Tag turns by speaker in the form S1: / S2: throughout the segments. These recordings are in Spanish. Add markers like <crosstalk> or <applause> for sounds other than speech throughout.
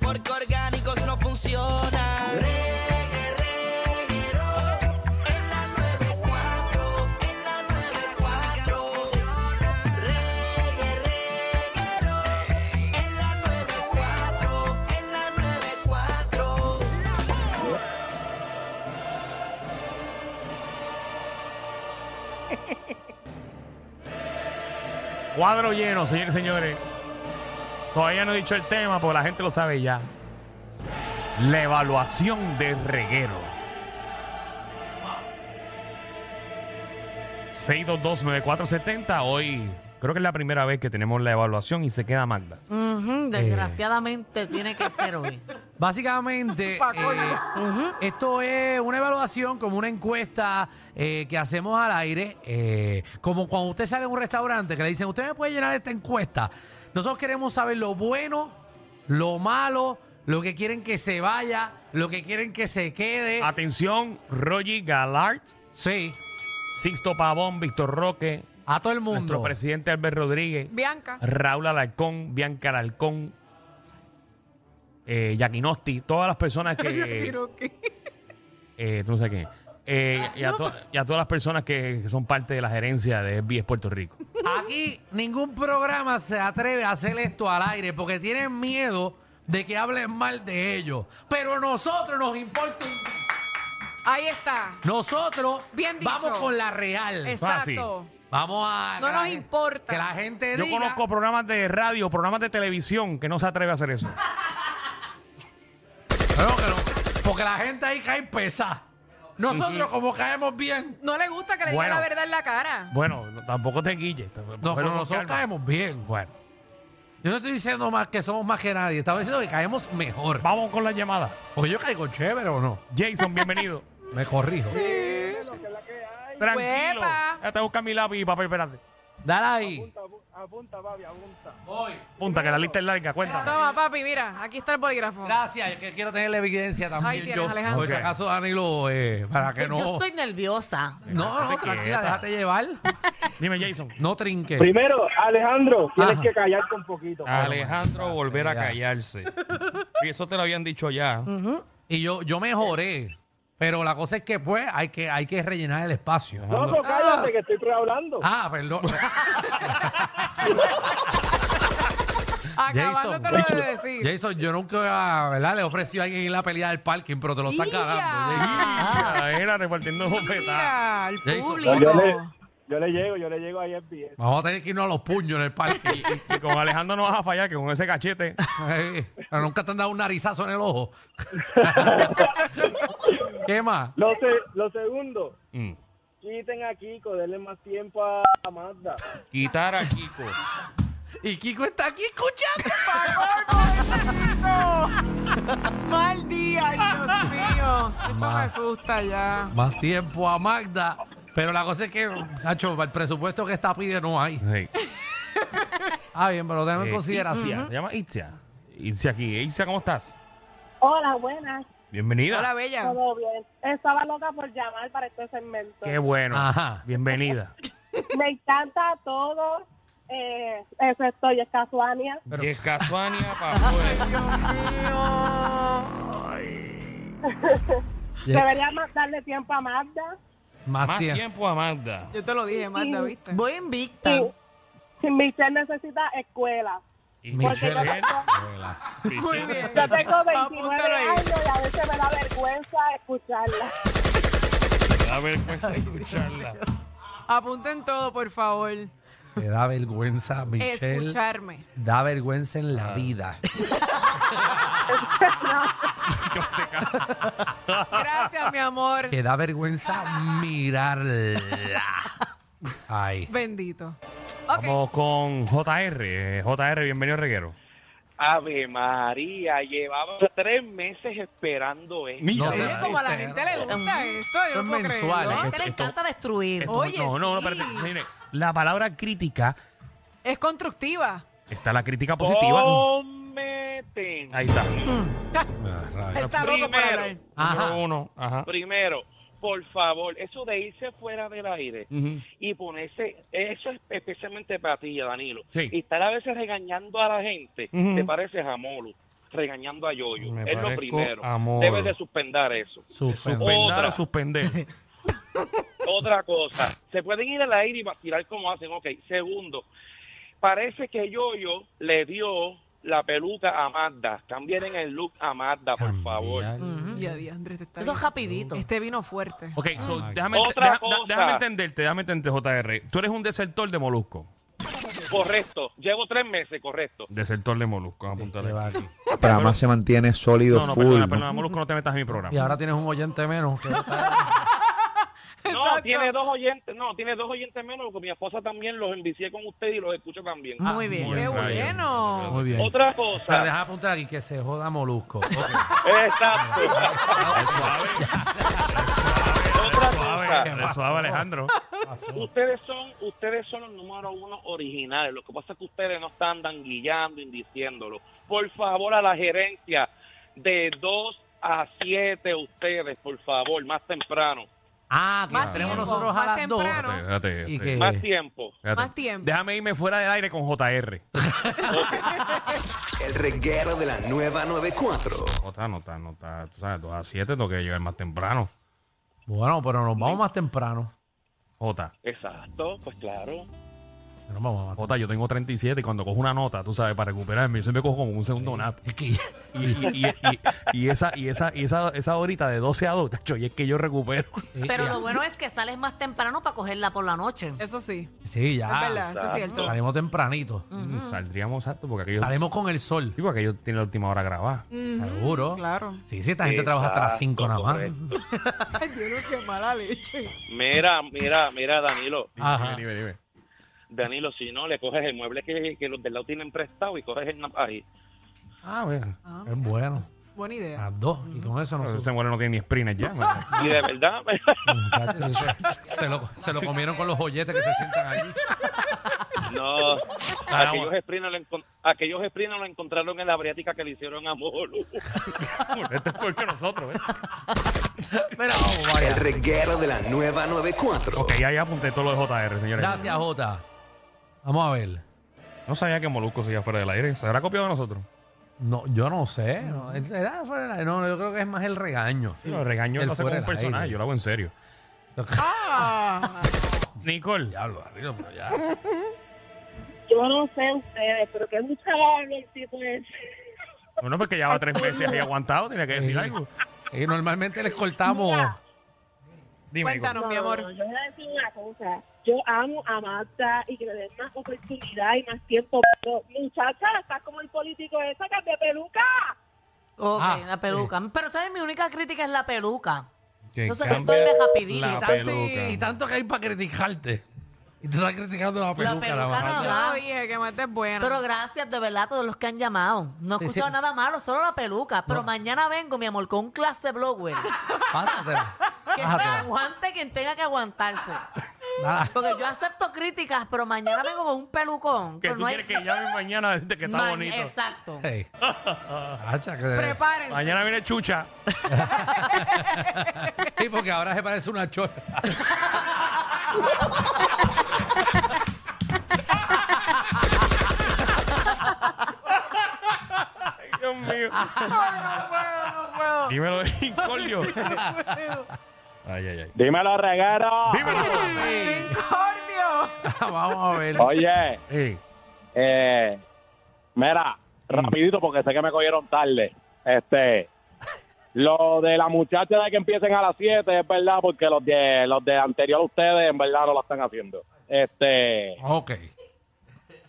S1: porque orgánicos no funcionan. Reggae, reguero, en la 94, en la 94. Reggae, reguero, en la 94, en la 94.
S2: Cuadro lleno, señores y señores. Todavía no he dicho el tema, porque la gente lo sabe ya. La evaluación de reguero. 6229470. Hoy creo que es la primera vez que tenemos la evaluación y se queda Magda.
S3: Ujú, desgraciadamente tiene que ser hoy.
S4: Básicamente, eh, esto es una evaluación como una encuesta eh, que hacemos al aire, eh, como cuando usted sale a un restaurante que le dicen, usted me puede llenar esta encuesta. Nosotros queremos saber lo bueno, lo malo, lo que quieren que se vaya, lo que quieren que se quede.
S2: Atención, Roger Galart,
S4: sí,
S2: Sixto Pavón, Víctor Roque,
S4: a todo el
S2: nuestro
S4: mundo.
S2: presidente Albert Rodríguez,
S5: Bianca.
S2: Raúl Alarcón, Bianca Alarcón, eh, Yaquinosti, todas las personas que. <laughs> eh, tú no sabes quién es. Eh, y, a to- y a todas las personas que son parte de la gerencia de SBS Puerto Rico.
S4: Aquí ningún programa se atreve a hacer esto al aire porque tienen miedo de que hablen mal de ellos. Pero a nosotros nos importa un
S5: Ahí está.
S4: Nosotros
S5: Bien dicho.
S4: vamos con la real.
S5: Exacto.
S4: Vamos a.
S5: No
S4: que la
S5: nos
S4: gente-
S5: importa.
S4: Que la gente
S2: Yo
S4: diga.
S2: conozco programas de radio, programas de televisión que no se atreve a hacer eso.
S4: Pero que no- porque la gente ahí cae pesa. Nosotros, como caemos bien.
S5: No le gusta que le
S2: Bueno.
S5: diga la verdad en la cara.
S2: Bueno, no- tampoco te guille. t-
S4: No, pero
S2: pero
S4: nosotros
S2: calma.
S4: caemos bien.
S2: Bueno,
S4: Yo no estoy diciendo más que somos más que nadie. Estaba diciendo que caemos mejor.
S2: vamos con la llamada.
S4: O yo caigo chévere o no.
S2: Jason, bienvenido.
S4: Me corrijo.
S2: Tranquilo.
S5: Huepa.
S2: Ya te busca mi lápiz y papel, espérate.
S4: Dale ahí.
S6: Apunta, papi, apunta.
S4: Voy.
S2: Punta, que la lista es larga, cuéntame.
S5: Toma, papi, mira, aquí está el bolígrafo.
S4: Gracias. que quiero tener la evidencia también.
S5: Ahí tienes,
S4: yo.
S5: Alejandro.
S4: Por si
S2: Ok.
S4: acaso, Danilo, eh, para que no.
S3: Yo estoy nerviosa.
S4: No, no,
S2: Déjate
S4: tranquila,
S2: quieta.
S4: déjate llevar.
S2: Dime, Jason.
S4: No trinque.
S6: Primero, Alejandro, tienes
S4: Ajá.
S6: que callarte un poquito.
S2: Alejandro volver a
S4: ya.
S2: callarse. Y eso te lo habían dicho ya.
S4: Y yo, yo mejoré. Pero la cosa es que, pues, hay que, hay que rellenar el espacio.
S6: No,
S7: Ah,
S6: no, cállate, que estoy prehablando.
S4: Ah, perdón.
S5: Acabándotelo de decir.
S4: Jason, yo nunca, ¿verdad? Le ofrecí a alguien ir a la pelea del parking, pero te lo están
S5: Guilla.
S4: cagando.
S2: Ah, era repartiendo
S5: <laughs>
S2: bofetadas.
S5: Mira,
S4: Jason.
S5: el público.
S6: yo, le, yo le llego, yo le llego ahí en bien.
S4: Vamos a tener que irnos a los puños en el parking.
S2: Y con Alejandro no vas a fallar, que con ese cachete.
S4: Ay, pero nunca te han dado un narizazo en el ojo. ¿Qué más?
S6: Lo, se- lo segundo,
S2: Mm.
S6: quiten a Kiko, denle más tiempo a a Magda.
S2: Quitar a Kiko.
S4: Y Kiko está aquí escuchando.
S5: Mal día, ay, Dios
S4: <laughs>
S5: mío. Esto me
S4: Ma.
S5: asusta ya.
S4: Más tiempo a Magda. Pero la cosa es que, muchachos, para el presupuesto que está pide no hay. Ah, bien, pero lo tenemos en
S2: Itzia.
S4: consideración.
S2: Se llama Itzia. Itzia aquí. Itzia, ¿cómo estás?
S7: Hola, buenas,
S2: Bienvenida.
S5: Hola, bella.
S7: todo bien. Estaba loca por llamar para este segmento.
S2: Qué bueno.
S4: Ajá.
S2: Bienvenida.
S7: Me encanta todo, eh, excepto Yescasuania.
S2: Y es Casuania para afuera.
S7: Debería más darle tiempo a Magda.
S4: Más,
S2: Más
S4: tiempo.
S2: tiempo a Magda.
S5: Yo te lo dije, Marta, ¿viste?
S3: Voy invicta.
S7: Si Michelle necesita escuela.
S2: Y
S4: Michelle.
S2: Michelle.
S5: Muy bien.
S7: Yo tengo 29
S5: Apúntalo ahí.
S7: años y a veces me da vergüenza escucharla.
S2: A ver, pues, escucharla.
S5: Apunten todo, por favor.
S4: Te da vergüenza, Michelle.
S5: Escucharme.
S4: Da vergüenza en la vida.
S5: Gracias, mi amor.
S4: <laughs> Te da vergüenza mirarla. Ay.
S5: Bendito. Ok.
S2: Vamos con JR. Eh, JR, bienvenido al reguero.
S8: Ave María, llevaba tres meses esperando esto.
S4: No
S5: Oye,
S4: sé,
S5: como a la
S4: usted,
S5: gente le gusta esto,
S4: Esto este
S5: yo no
S4: es
S5: puedo
S4: mensual,
S5: creerlo.
S3: A
S4: ¿eh?
S3: usted le
S2: esto-
S3: encanta destruir.
S2: Esto-
S5: Oye,
S2: no, no,
S5: sí.
S2: espérate. Mire, la palabra crítica
S5: Es constructiva.
S2: está la crítica positiva.
S8: Cometen.
S2: Oh. Ahí está.
S5: Mm.
S4: Ah,
S5: Él
S4: rayos.
S5: está loco para
S8: Primero.
S5: hablar.
S4: Ajá.
S2: Número uno. Ajá.
S8: Primero, por favor, eso de irse fuera del aire
S2: Ujú.
S8: y ponerse, eso es especialmente para ti, Danilo.
S2: Sí.
S8: Y estar a veces regañando a la gente,
S2: Ujú.
S8: te pareces a Molo, regañando a Yoyo.
S2: Me
S8: es lo
S2: parezco
S8: primero.
S2: a Molo.
S8: Debes de suspender eso.
S4: Suspender.
S2: Suspender
S8: Otra.
S2: o suspender.
S8: Otra cosa, se pueden ir al aire y vacilar como hacen, ok. Segundo, parece que Yoyo le dio la peluca a Magda. Cambien en el look a Magda, por favor.
S5: Y adiós, Andrés, está
S3: Eso
S5: bien.
S3: es rapidito.
S5: Este vino fuerte.
S2: Ok, so,
S4: my
S2: déjame,
S8: God.
S2: ent-
S8: Otra
S2: deja- da-
S8: cosa.
S2: déjame entenderte, déjame entenderte, JR. Tú eres un desertor de Molusco.
S8: Correcto, llevo tres meses, correcto.
S2: Desertor de Molusco, vamos a apuntarle.
S4: Lleva aquí.
S9: Pero además se mantiene sólido,
S2: No, no,
S9: full.
S2: perdona,
S9: ¿no?
S2: perdona, Molusco, no te metas en mi programa.
S4: Y ahora tienes un oyente menos. que está-
S8: No,
S5: Exacto.
S8: tiene dos oyentes, no, tiene dos oyentes menos porque mi esposa también los envicié con usted y los escucho también.
S3: Muy bien.
S5: Qué bueno.
S4: Muy bien.
S8: Otra
S4: Ah, Pero
S8: cosa,
S4: deja apuntar aquí que se joda Molusco. Ok.
S8: exacto.
S4: Ah,
S8: Otra cosa.
S2: Suave, suave, Alejandro.
S8: Ustedes son, ustedes son los número uno originales. Lo que pasa es que ustedes no están danguillando, indiciéndolo. Por favor, a la gerencia de 2 a 7, ustedes, por favor, más temprano,
S4: Ah, que
S5: Más
S4: la tenemos
S5: tiempo,
S4: nosotros a
S5: más
S4: las dos.
S5: temprano.
S2: Espérate,
S4: Y
S2: espérate,
S4: que
S8: más tiempo.
S2: espérate.
S5: Más tiempo.
S2: Déjame irme fuera del aire con JR.
S6: <laughs> El reguero de la nueva 94.
S2: No está, no está, no está. Tú sabes, 2 a 7 tengo que llegar más temprano.
S4: Bueno, pero nos vamos más temprano.
S2: J,
S8: Exacto, pues claro.
S4: Nos vamos más
S2: J, yo tengo 37 y cuando cojo una nota, tú sabes, para recuperarme, yo siempre cojo como un segundo nap.
S4: Es que
S2: Y, y- y- y- y esa, y esa, y esa, esa horita de 12 a 2, tacho, y es que yo recupero.
S3: Pero lo bueno es que sales más temprano para cogerla por la noche.
S5: Eso sí.
S4: Sí,
S5: es
S4: ya.
S5: verdad, eso es cierto.
S4: Salimos tempranito.
S2: Mm, <laughs> Saldríamos exacto porque aquello.
S4: Salimos con el sol.
S2: Sí, porque aquello tiene la última hora grabada.
S4: Seguro.
S5: Claro.
S4: Sí, sí, esta gente trabaja hasta las 5 nada más.
S8: correcto.
S5: Ay, Dios, qué mala leche.
S8: Mira, mira, mira, Danilo.
S2: Dime,
S4: Ajá.
S2: dime, dime.
S8: Danilo, si no, le coges el mueble que, que los del lado tienen prestado y coges el nap ahí.
S2: Ah, bueno.
S5: Ah,
S4: Es bueno.
S5: buena idea.
S4: Las dos. Y con eso
S2: Pero
S4: no
S2: Ese
S4: se,
S2: muere no tiene ni sprint
S4: <laughs>
S2: ya. man.
S7: Ah.
S8: Y de verdad, <laughs>
S4: muchachos, eso- se lo, se lo comieron con los joyetes que se sientan allí.
S8: no.
S2: Ah,
S8: Aquellos
S2: bueno.
S8: sprints lo, encon- aquellos sprints lo encontraron en la briática que le hicieron a
S7: <laughs>
S8: Molo.
S2: <laughs> Este es peor que nosotros, ¿eh?
S4: Mira, vamos,
S6: El
S4: vaya.
S6: reguero de la nueva 94.
S2: Ok, ya, ya apunté todo lo de JR, señores.
S4: Gracias, Jota. Vamos a ver.
S2: No sabía que Molusco seguía fuera del aire. ¿Se habrá copiado de nosotros?
S4: No, yo no sé. No, era fuera del aire. no, yo creo que es más el regaño.
S2: Sí, lo regaño
S4: El
S2: lo hace como
S4: fuera
S2: un
S4: del
S2: personaje.
S4: aire.
S2: Yo lo hago en serio.
S5: Ah,
S2: Nicole.
S4: Diablo, Danilo, pero ya.
S10: Yo no sé ustedes, pero qué mucha labia el tipo es.
S2: Bueno, porque llevaba tres meses ahí aguantado. Tenía que decir
S4: Sí.
S2: algo.
S4: Eh, normalmente les cortamos.
S2: Dime, Nicole.
S5: cuéntanos, mi amor.
S10: yo voy a decir una cosa. Yo amo a Marta y que le den más oportunidad y más tiempo. Pero, muchacha, estás como el político esa, cambia peluca.
S3: Ok,
S4: Ah,
S3: la peluca. Pero también mi única crítica es la peluca.
S2: Que
S3: Entonces
S2: cambia
S3: resuelve rapidito.
S2: La
S3: La
S2: peluca.
S4: Y tanto que hay para criticarte. Y te estás criticando la peluca.
S3: peluca
S4: más.
S3: nada
S5: Yo
S3: Ah.
S5: lo dije que Marta es buena.
S3: Pero gracias de verdad a todos los que han llamado. No he
S4: Sí,
S3: escuchado
S4: sí.
S3: nada malo, solo la peluca. Pero mañana vengo, mi amor, con un clase blogger.
S4: Pásatela.
S3: Que se
S4: Pásatela.
S3: aguante quien tenga que aguantarse.
S4: Nada.
S3: Porque yo acepto críticas, pero mañana vengo con un pelucón.
S2: Que
S3: pero
S2: tú quieres que llame mañana a decirte que está
S3: Ma-
S2: bonito.
S4: <laughs>
S3: Exacto.
S4: Hey. Hacha, que-
S5: Prepárense.
S2: Mañana viene Chucha.
S4: <laughs> Sí, porque ahora se parece una chorra.
S2: Ay,
S5: <laughs>
S2: Dios mío.
S5: No puedo, Ah, no puedo.
S2: Dímelo,
S5: <laughs>
S2: Incordio. Ay, ay, ay.
S8: Dímelo, reguero.
S4: <laughs>
S2: Dímelo.
S5: Incordio.
S4: Vamos a ver.
S8: Oye,
S2: Ey,
S8: eh, mira, rapidito porque sé que me cogieron tarde. Este,
S7: Lo de la muchacha de que empiecen a las 7 es verdad, porque los de los de anterior a ustedes en verdad no lo están haciendo. Este,
S4: Ok.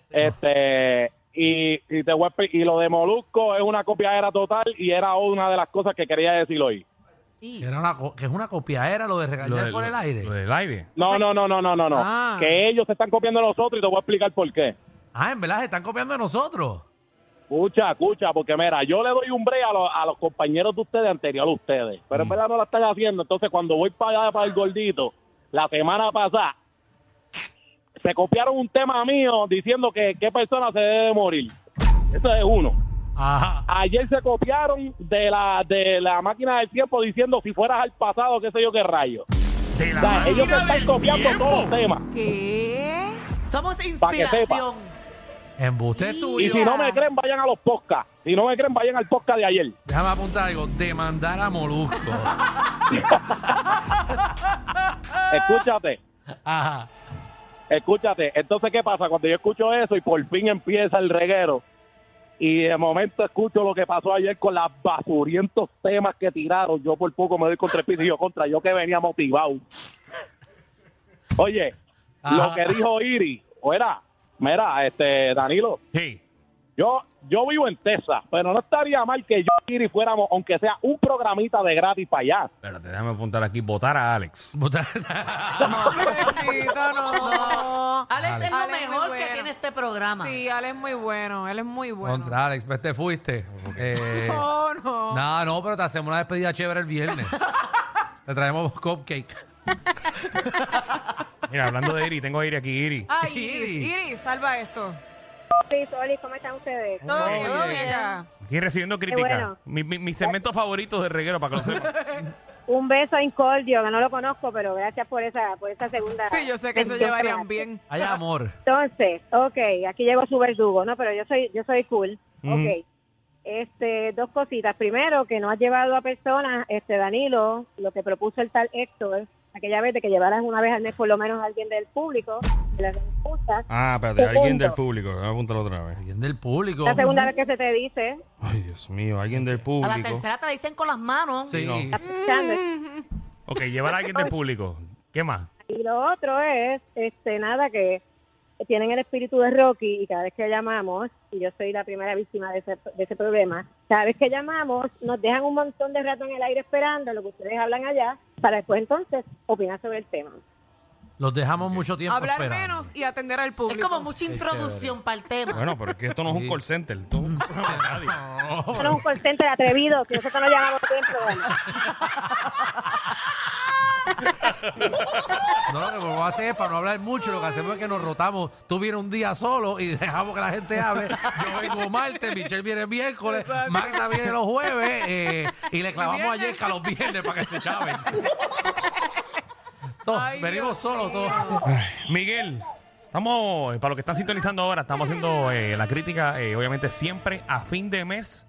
S7: este y, y te voy a expli- y lo de Molusco es una copiadera total y era una de las cosas que quería decir hoy.
S4: Que, era una co- que es una copiadera lo de
S2: Lo
S4: regañar
S2: del-
S4: por el aire.
S2: Lo del aire.
S7: No, no, no, no, no, no, no.
S4: Ah.
S7: Que ellos se están copiando a nosotros y te voy a explicar por qué.
S4: Ah, en verdad, se están copiando de nosotros.
S7: Escucha, escucha, porque mira, yo le doy un break a, los- a los compañeros de ustedes anterior a ustedes, pero en verdad no la están haciendo. Entonces, cuando voy para allá, para el gordito, la semana pasada, se copiaron un tema mío diciendo que qué persona se debe morir. Eso es uno.
S4: Ajá.
S7: Ayer se copiaron de la de la máquina del tiempo diciendo si fueras al pasado, qué sé yo qué rayo.
S2: De la
S7: O sea,
S2: mano.
S7: ellos me están copiando todos los temas.
S3: ¿Qué?
S11: Somos
S7: Pa' que sepa.
S11: inspiración.
S4: Embuste
S3: Y-
S7: Y
S4: tuyo.
S7: si no me creen, vayan a los podcasts. Si no me creen, vayan al podcast de ayer.
S4: Déjame apuntar algo. Demandar a Molusco.
S7: Escúchate.
S4: Ajá.
S7: Escúchate, entonces, ¿qué pasa? Cuando yo escucho eso y por fin empieza el reguero, y de momento escucho lo que pasó ayer con los basurientos temas que tiraron, yo por poco me doy contra el piso y yo contra, yo que venía motivado. Oye, lo
S4: Ajá.
S7: que dijo Iri, era, mira, este, Danilo,
S2: Sí.
S7: yo, yo vivo en Texas, pero no estaría mal que yo y Iri fuéramos, aunque sea un programita de gratis para allá.
S2: Espérate, déjame apuntar aquí. Votar a Alex.
S3: Bendito, no.
S11: Alex, es lo
S3: Alex es muy
S11: mejor que
S3: bueno.
S11: tiene este programa.
S3: Sí, él es muy bueno, él es muy bueno.
S4: Contra Alex, pues te fuiste.
S5: <laughs>
S4: Eh,
S3: No, no.
S4: No, no, pero te hacemos una despedida chévere el viernes. te traemos cupcake.
S2: Mira, hablando de Iri, tengo a Iri aquí, Iri.
S3: Ay, Iris,
S4: Iris.
S3: Iris, salva esto.
S5: Sí, Soli, ¿cómo están ustedes?
S3: Todo bien, todo bien ya.
S2: Aquí recibiendo críticas.
S5: bueno.
S2: Mi, mi- mi segmento favorito de reguero, para que lo sepas.
S5: Un beso a Incordio, que no lo conozco, pero gracias por esa, por esa segunda.
S3: Sí, yo sé que se
S5: bendición
S3: llevarían
S5: me hace.
S3: bien.
S4: Hay amor.
S5: Entonces, ok, aquí llegó su verdugo, ¿no? Pero yo soy, yo soy cool.
S2: Ujú.
S5: Ok. Este, dos cositas. Primero, que no has llevado a personas, este, Danilo, lo que propuso el tal Héctor, aquella vez de que llevaras una vez al mes por lo menos a alguien del público, de las respuestas.
S2: Ah, espérate,
S5: Segundo.
S2: alguien del público. Voy a apuntarlo otra vez.
S4: Alguien del público.
S5: La segunda vez que se te dice,
S2: Ay, Dios mío, alguien del
S11: A la
S2: público.
S11: tercera te la dicen con las manos.
S4: Sí.
S2: No.
S5: está escuchando.
S2: Ok, llevar a alguien del público. ¿Qué más?
S5: Y lo otro es, este, nada, que tienen el espíritu de Rocky y cada vez que llamamos, y yo soy la primera víctima de ese, de ese problema, cada vez que llamamos nos dejan un montón de rato en el aire esperando lo que ustedes hablan allá para después entonces opinar sobre el tema.
S4: Los dejamos mucho tiempo
S3: Hablar
S4: esperando.
S3: menos y atender al
S11: Es
S3: público.
S11: como mucha introducción para el tema.
S2: <laughs> Bueno, pero es que esto no es un call center. Esto es un programa de radio.
S5: Esto no es un call center atrevido, que nosotros no llamamos tiempo.
S4: No, lo que podemos hacer es para no hablar mucho, lo que hacemos es que nos rotamos. Tú vienes un día solo y dejamos que la gente hable. Yo vengo martes, Michelle viene miércoles,
S3: Exacto.
S4: Magda viene los jueves eh, y le clavamos a
S3: viernes.
S4: Yesca los viernes para que se chaven. Todos,
S3: Ay,
S4: venimos
S3: Dios
S4: solos
S3: mío.
S4: todos.
S2: <laughs> Miguel, estamos, eh, para los que están sintonizando ahora, estamos haciendo eh, la crítica, eh, obviamente siempre a fin de mes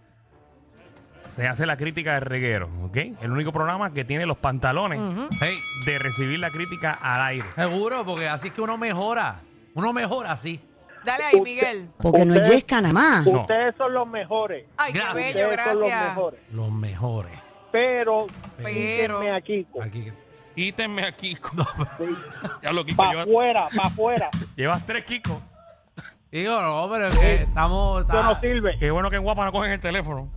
S2: se hace la crítica de reguero, ¿ok? El único programa que tiene los pantalones
S4: Hey,
S2: de recibir la crítica al aire.
S4: seguro, porque así es que uno mejora. Uno mejora así.
S3: Dale ahí, Miguel.
S12: Porque no es
S7: Ustedes-
S12: yesca nada más.
S2: No.
S7: Ustedes son los mejores.
S3: Ay, qué
S4: Gracias.
S7: Ustedes
S3: bello,
S7: son los
S3: gracias.
S7: mejores.
S4: Los mejores.
S7: Pero,
S3: Pero-
S7: quítenme a Kiko.
S4: Aquí.
S2: Quítenme a Kiko. <laughs> ya lo Kiko,
S7: Para
S2: llevas,
S7: afuera, para afuera.
S2: llevas tres Kiko.
S4: Digo, no, pero es que estamos.
S7: Eso no
S4: está-
S7: sirve.
S2: Qué bueno que en Guapa no cogen el teléfono.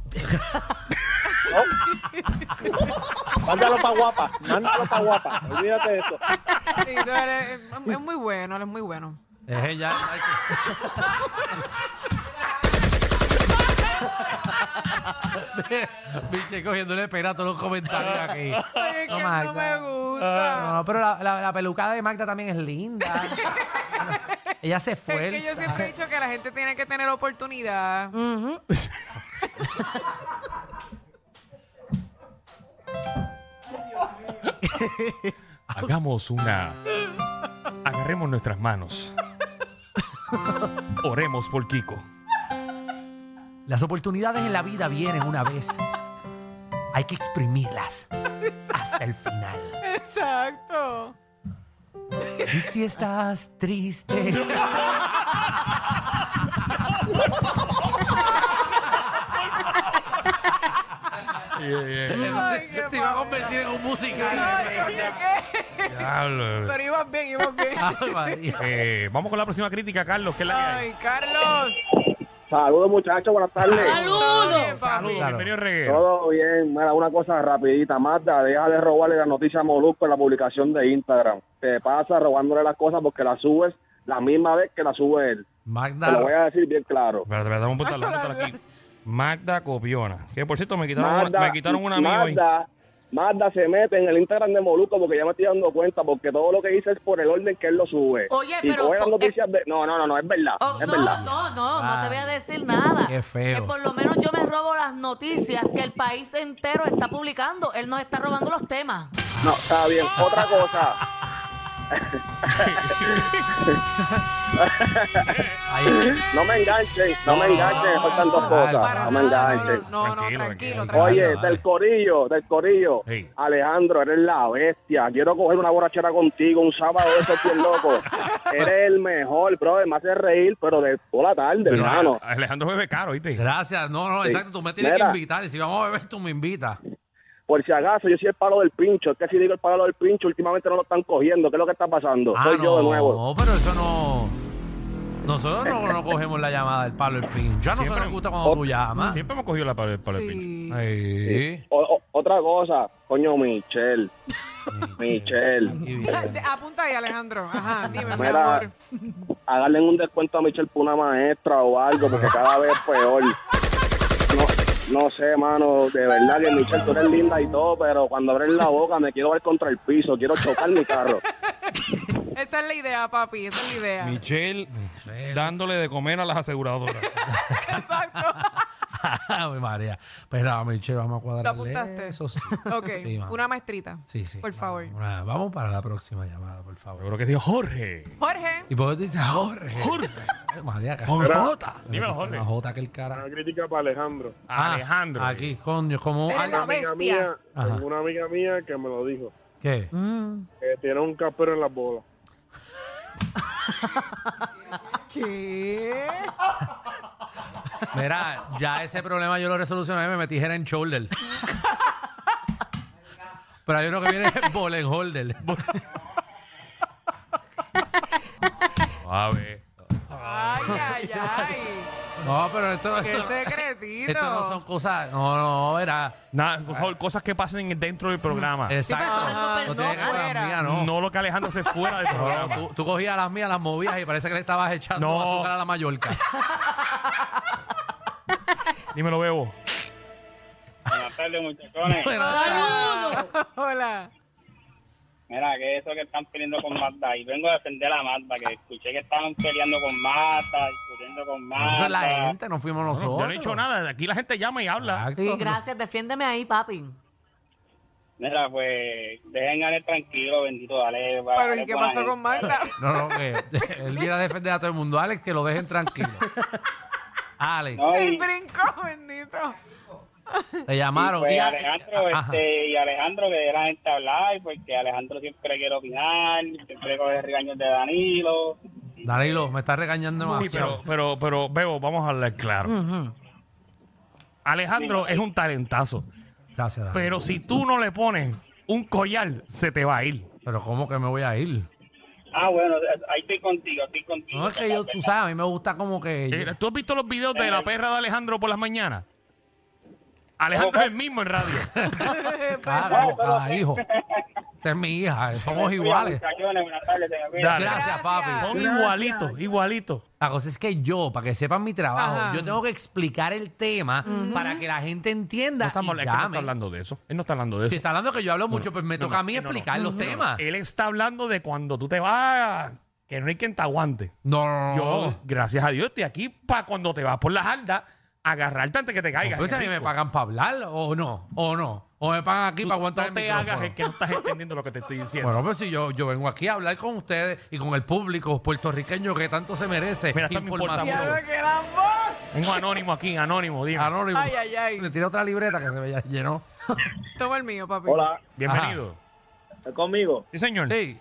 S7: Mándalo para guapa. Mándalo para guapa. Olvídate de eso.
S3: Sí, tú eres- es muy bueno, él es muy bueno.
S4: Dejen ya. hay que- <laughs> Biche cogiéndole pena a todos los comentarios aquí.
S3: Ay, es
S4: No,
S3: que no me
S4: Magda.
S3: gusta.
S4: No, no, pero la, la, la pelucada de Magda también es linda. Ella se
S3: Es
S4: fue.
S3: que yo siempre he dicho que la gente tiene que tener oportunidad.
S2: Hagamos una. Agarremos nuestras
S6: <laughs>
S2: manos. Oremos por Kiko.
S4: Las oportunidades en la vida vienen una vez. Hay que exprimirlas hasta el final.
S3: Exacto.
S4: Y si estás triste. <laughs>
S5: Ay, qué
S4: Se iba a convertir en un musical.
S2: <laughs> Diablo.
S5: Pero ibas bien, ibas bien.
S4: Ay, María.
S2: Eh, vamos con la próxima crítica, Carlos, que es la que hay.
S5: Ay, Carlos.
S6: <laughs> Saludos muchachos, buenas tardes.
S5: Saludos.
S2: Saludos, bienvenido reguero.
S6: Todo bien, mira, una cosa rapidita, Marta, deja de robarle la noticia a Molusco en la publicación de Instagram. Te pasa robándole las cosas porque las subes la misma vez que la sube él. Te lo voy
S4: Magda.
S6: a decir bien claro.
S2: Espérate, espérate, dame un puntal, dame un puntal aquí. Magda Copiona. Que por cierto, me quitaron, una,
S6: Magda-
S2: me quitaron una mía hoy.
S6: Magda- Magda se mete en el Instagram de Molusco porque ya me estoy dando cuenta porque todo lo que dice es por el orden que él lo sube.
S3: Oye,
S6: y
S3: pero-
S6: coge las
S3: po-
S6: noticias de... No, no, no, no, es verdad,
S3: Oh,
S6: es
S3: no,
S6: verdad.
S3: no, no, no te voy a decir nada.
S4: Qué feo.
S3: Que por lo menos yo me robo las noticias que el país entero está publicando. Él nos está robando los temas.
S6: No, está bien. Otra cosa.
S4: Ahí.
S6: No me enganchen, no me enganchen, me faltan dos
S4: para
S6: cosas.
S5: Para
S6: No me
S5: nada,
S6: enganchen.
S5: No, no, no,
S2: Tranquilo,
S5: tranquilo,
S2: tranquilo.
S5: tranquilo.
S6: Oye,
S4: Vale, vale.
S6: del corillo, del corillo.
S2: Sí.
S6: Alejandro, eres la bestia. Quiero coger una borrachera contigo un sábado de esos
S2: <laughs>
S6: bien locos. eres el mejor, brother. Me haces reír, pero de toda la tarde,
S2: Pero
S6: hermano.
S2: Alejandro bebe caro, ¿viste?
S4: Gracias. No, no,
S6: Sí.
S4: exacto. Tú me tienes
S6: Mira.
S4: que invitar. Y si vamos a beber, tú me invitas.
S6: Por si acaso, yo soy el palo del pincho. Es que si digo el palo del pincho, últimamente no lo están cogiendo. ¿Qué es lo que está pasando? Soy yo de nuevo.
S4: Ah, No, pero eso no. Nosotros no, no cogemos la llamada del palo del pincho. A nosotros
S2: Siempre-
S4: nos gusta cuando tú llamas.
S2: Siempre hemos cogido la palabra para el
S5: Sí.
S2: pincho.
S4: Ahí.
S6: O- o- otra cosa,
S4: <laughs>
S6: coño, Michelle. Michelle.
S4: Y bien.
S5: Te- Apunta ahí, Alejandro. Ajá, dime, mi
S6: Mira.
S5: amor.
S6: Háganle un descuento a Michelle por una maestra o algo, porque cada vez es peor. No, no sé, mano. De verdad que Michelle, tú eres linda y todo, pero cuando abres la boca me quiero ver contra el piso. Quiero chocar mi carro.
S5: Esa es la idea, papi, esa es la
S3: <laughs>
S5: idea.
S2: Michelle dándole de comer a las aseguradoras.
S5: Exacto.
S4: <laughs> Ay, María. Pero, Michelle, vamos a
S5: ¿Lo
S4: cuadrar.
S5: apuntaste?
S4: Eso sí.
S5: <laughs> Ok,
S4: Sí, mano.
S5: una maestrita.
S4: Sí, sí.
S5: Por
S4: Vamos,
S5: favor.
S4: una- vamos para la próxima llamada, por
S2: <laughs> Yo
S4: favor.
S2: creo que dijo Jorge.
S5: Jorge.
S4: ¿Y por qué te dices Jorge? Jorge. María, que-
S2: Jota. Dímelo, Jorge.
S4: Una Jota que el cara.
S6: crítica para Alejandro.
S4: Ah,
S2: Alejandro.
S4: Aquí, coño, como.
S5: Eres la bestia.
S4: Ajá. tengo
S6: una amiga mía que me lo dijo.
S4: ¿Qué?
S6: Que tiene un capero en las bolas.
S5: ¿Qué?
S4: Mira, ya ese problema yo lo resolucioné, me metí en shoulder. Pero hay uno que viene <laughs> ball en holder.
S2: A ver.
S5: Ay, ay, ay.
S4: No, pero esto,
S5: Qué
S4: esto,
S5: secretito.
S4: esto no son cosas. No, no, era.
S2: Nada, por favor, cosas que pasen dentro del programa.
S4: Exacto.
S5: Ajá,
S4: No tiene que
S5: no
S4: ver con
S5: fuera.
S4: las mías,
S2: no.
S4: no.
S2: lo que Alejandro se fuera del
S4: No,
S2: programa.
S4: tú, tú cogías las mías, las movías y parece que le estabas echando
S2: No.
S4: azúcar a
S2: <laughs>
S4: la Mallorca.
S2: Dímelo, Bebo.
S6: Buenas tardes, muchachones.
S4: Pero-
S5: <laughs> Hola.
S6: Mira, que eso que están peleando con Mazda. Y vengo a defender a Mazda, que escuché que estaban peleando con Mazda, discutiendo con
S4: eso es la gente, no fuimos
S2: Ah, No,
S4: nosotros.
S2: yo no he dicho nada. Aquí la gente llama y habla.
S4: Exacto.
S3: Y gracias, defiéndeme ahí, papi.
S6: Mira, pues dejen a él tranquilo, bendito, dale.
S5: Pero, ¿y qué pasó con Marta? <laughs>
S4: No, no, que <laughs> él viene a defender a todo el mundo. Alex, que lo dejen <laughs> tranquilo. Alex,
S5: El brinco, bendito.
S4: te llamaron.
S6: Pues
S4: Y-
S6: Alejandro,
S4: eh, Ajá.
S6: este, y Alejandro que la gente hablar, porque Alejandro siempre quiere opinar, siempre coge regaños de Danilo.
S4: Danilo, me estás regañando más.
S2: Sí, pero, pero, pero, Bebo, vamos a hablar claro. Alejandro es un talentazo.
S4: Gracias, Danilo.
S2: Pero si tú no le pones un collar, se te va a ir.
S4: Pero ¿cómo que me voy a ir?
S6: Ah, bueno, ahí estoy contigo, estoy contigo.
S4: No, es que yo, tú sabes, a mí me gusta como
S2: Eh,
S4: que...
S2: ¿Tú has visto los videos de la perra de Alejandro por las mañanas? Alejandro es el mismo en
S4: <laughs>
S2: radio.
S4: Cada, como cada hijo. Esa es mi hija, somos iguales.
S6: Muchachones, buenas tardes, te me cuidan.
S2: Dale.
S4: Gracias, papi.
S2: Son igualitos, igualitos.
S4: La cosa es que yo, para que sepan mi trabajo,
S5: Ajá.
S4: yo tengo que explicar el tema para que la gente entienda
S2: No estamos es
S4: y
S2: que no
S4: llame.
S2: está hablando de eso. Él no está hablando de eso.
S4: Si está hablando que yo hablo mucho, pues me
S2: no,
S4: toca a mí
S2: no, no, Eh,
S4: explicar los temas.
S2: Él está hablando de cuando tú te vas, que no hay quien te aguante.
S4: No, no, no.
S2: Yo, gracias a Dios, estoy aquí para cuando te vas por las aldas, agarrarte antes que te caigas.
S4: Pues a mí
S2: Qué
S4: me
S2: rico.
S4: pagan para hablar, o no, o no. O me pagan aquí
S2: Tú-
S4: para aguantar
S2: no
S4: el
S2: te
S4: micrófono.
S2: hagas es que no estás entendiendo lo que te estoy diciendo.
S4: Bueno, pues si yo, yo vengo aquí a hablar con ustedes y con el público puertorriqueño que tanto se merece
S2: Mira, esto me importa
S4: información.
S2: mucho.
S5: Ya lo que la voz.
S2: Tengo anónimo aquí, anónimo, dime.
S4: Anónimo.
S5: Ay, ay, ay.
S4: Le tiré otra libreta que se me llenó.
S5: Toma el mío, papi.
S6: Hola,
S2: Bienvenido.
S6: ¿es conmigo?
S2: Sí, señor.
S4: Sí.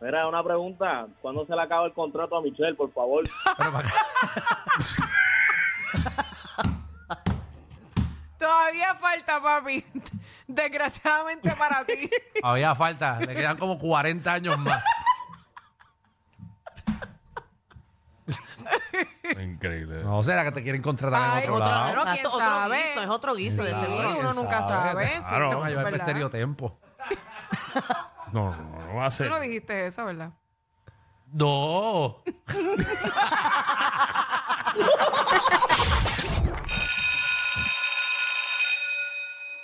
S6: Mira, una pregunta. ¿Cuándo se le acaba el contrato a Michelle, por favor?
S4: Pero para acá.
S5: Todavía había falta, papi. <laughs> Desgraciadamente para ti.
S13: Había falta, le quedan como 40 años más.
S2: Increíble.
S13: No, será que te quieren contratar
S5: Ay,
S13: en otro
S5: otra-
S13: lado.
S5: Claro,
S3: Exacto,
S5: ¿quién
S3: otro
S5: sabe?
S3: guiso, es otro guiso, de
S5: Sí,
S3: seguro.
S5: uno
S13: ¿Quién
S5: nunca sabe.
S13: Claro,
S5: sí, no,
S13: van a llevar
S5: ¿verdad?
S13: misterio tiempo.
S2: No, no, no, no va a
S5: Tú
S2: ser.
S5: no dijiste eso, ¿verdad?
S13: No.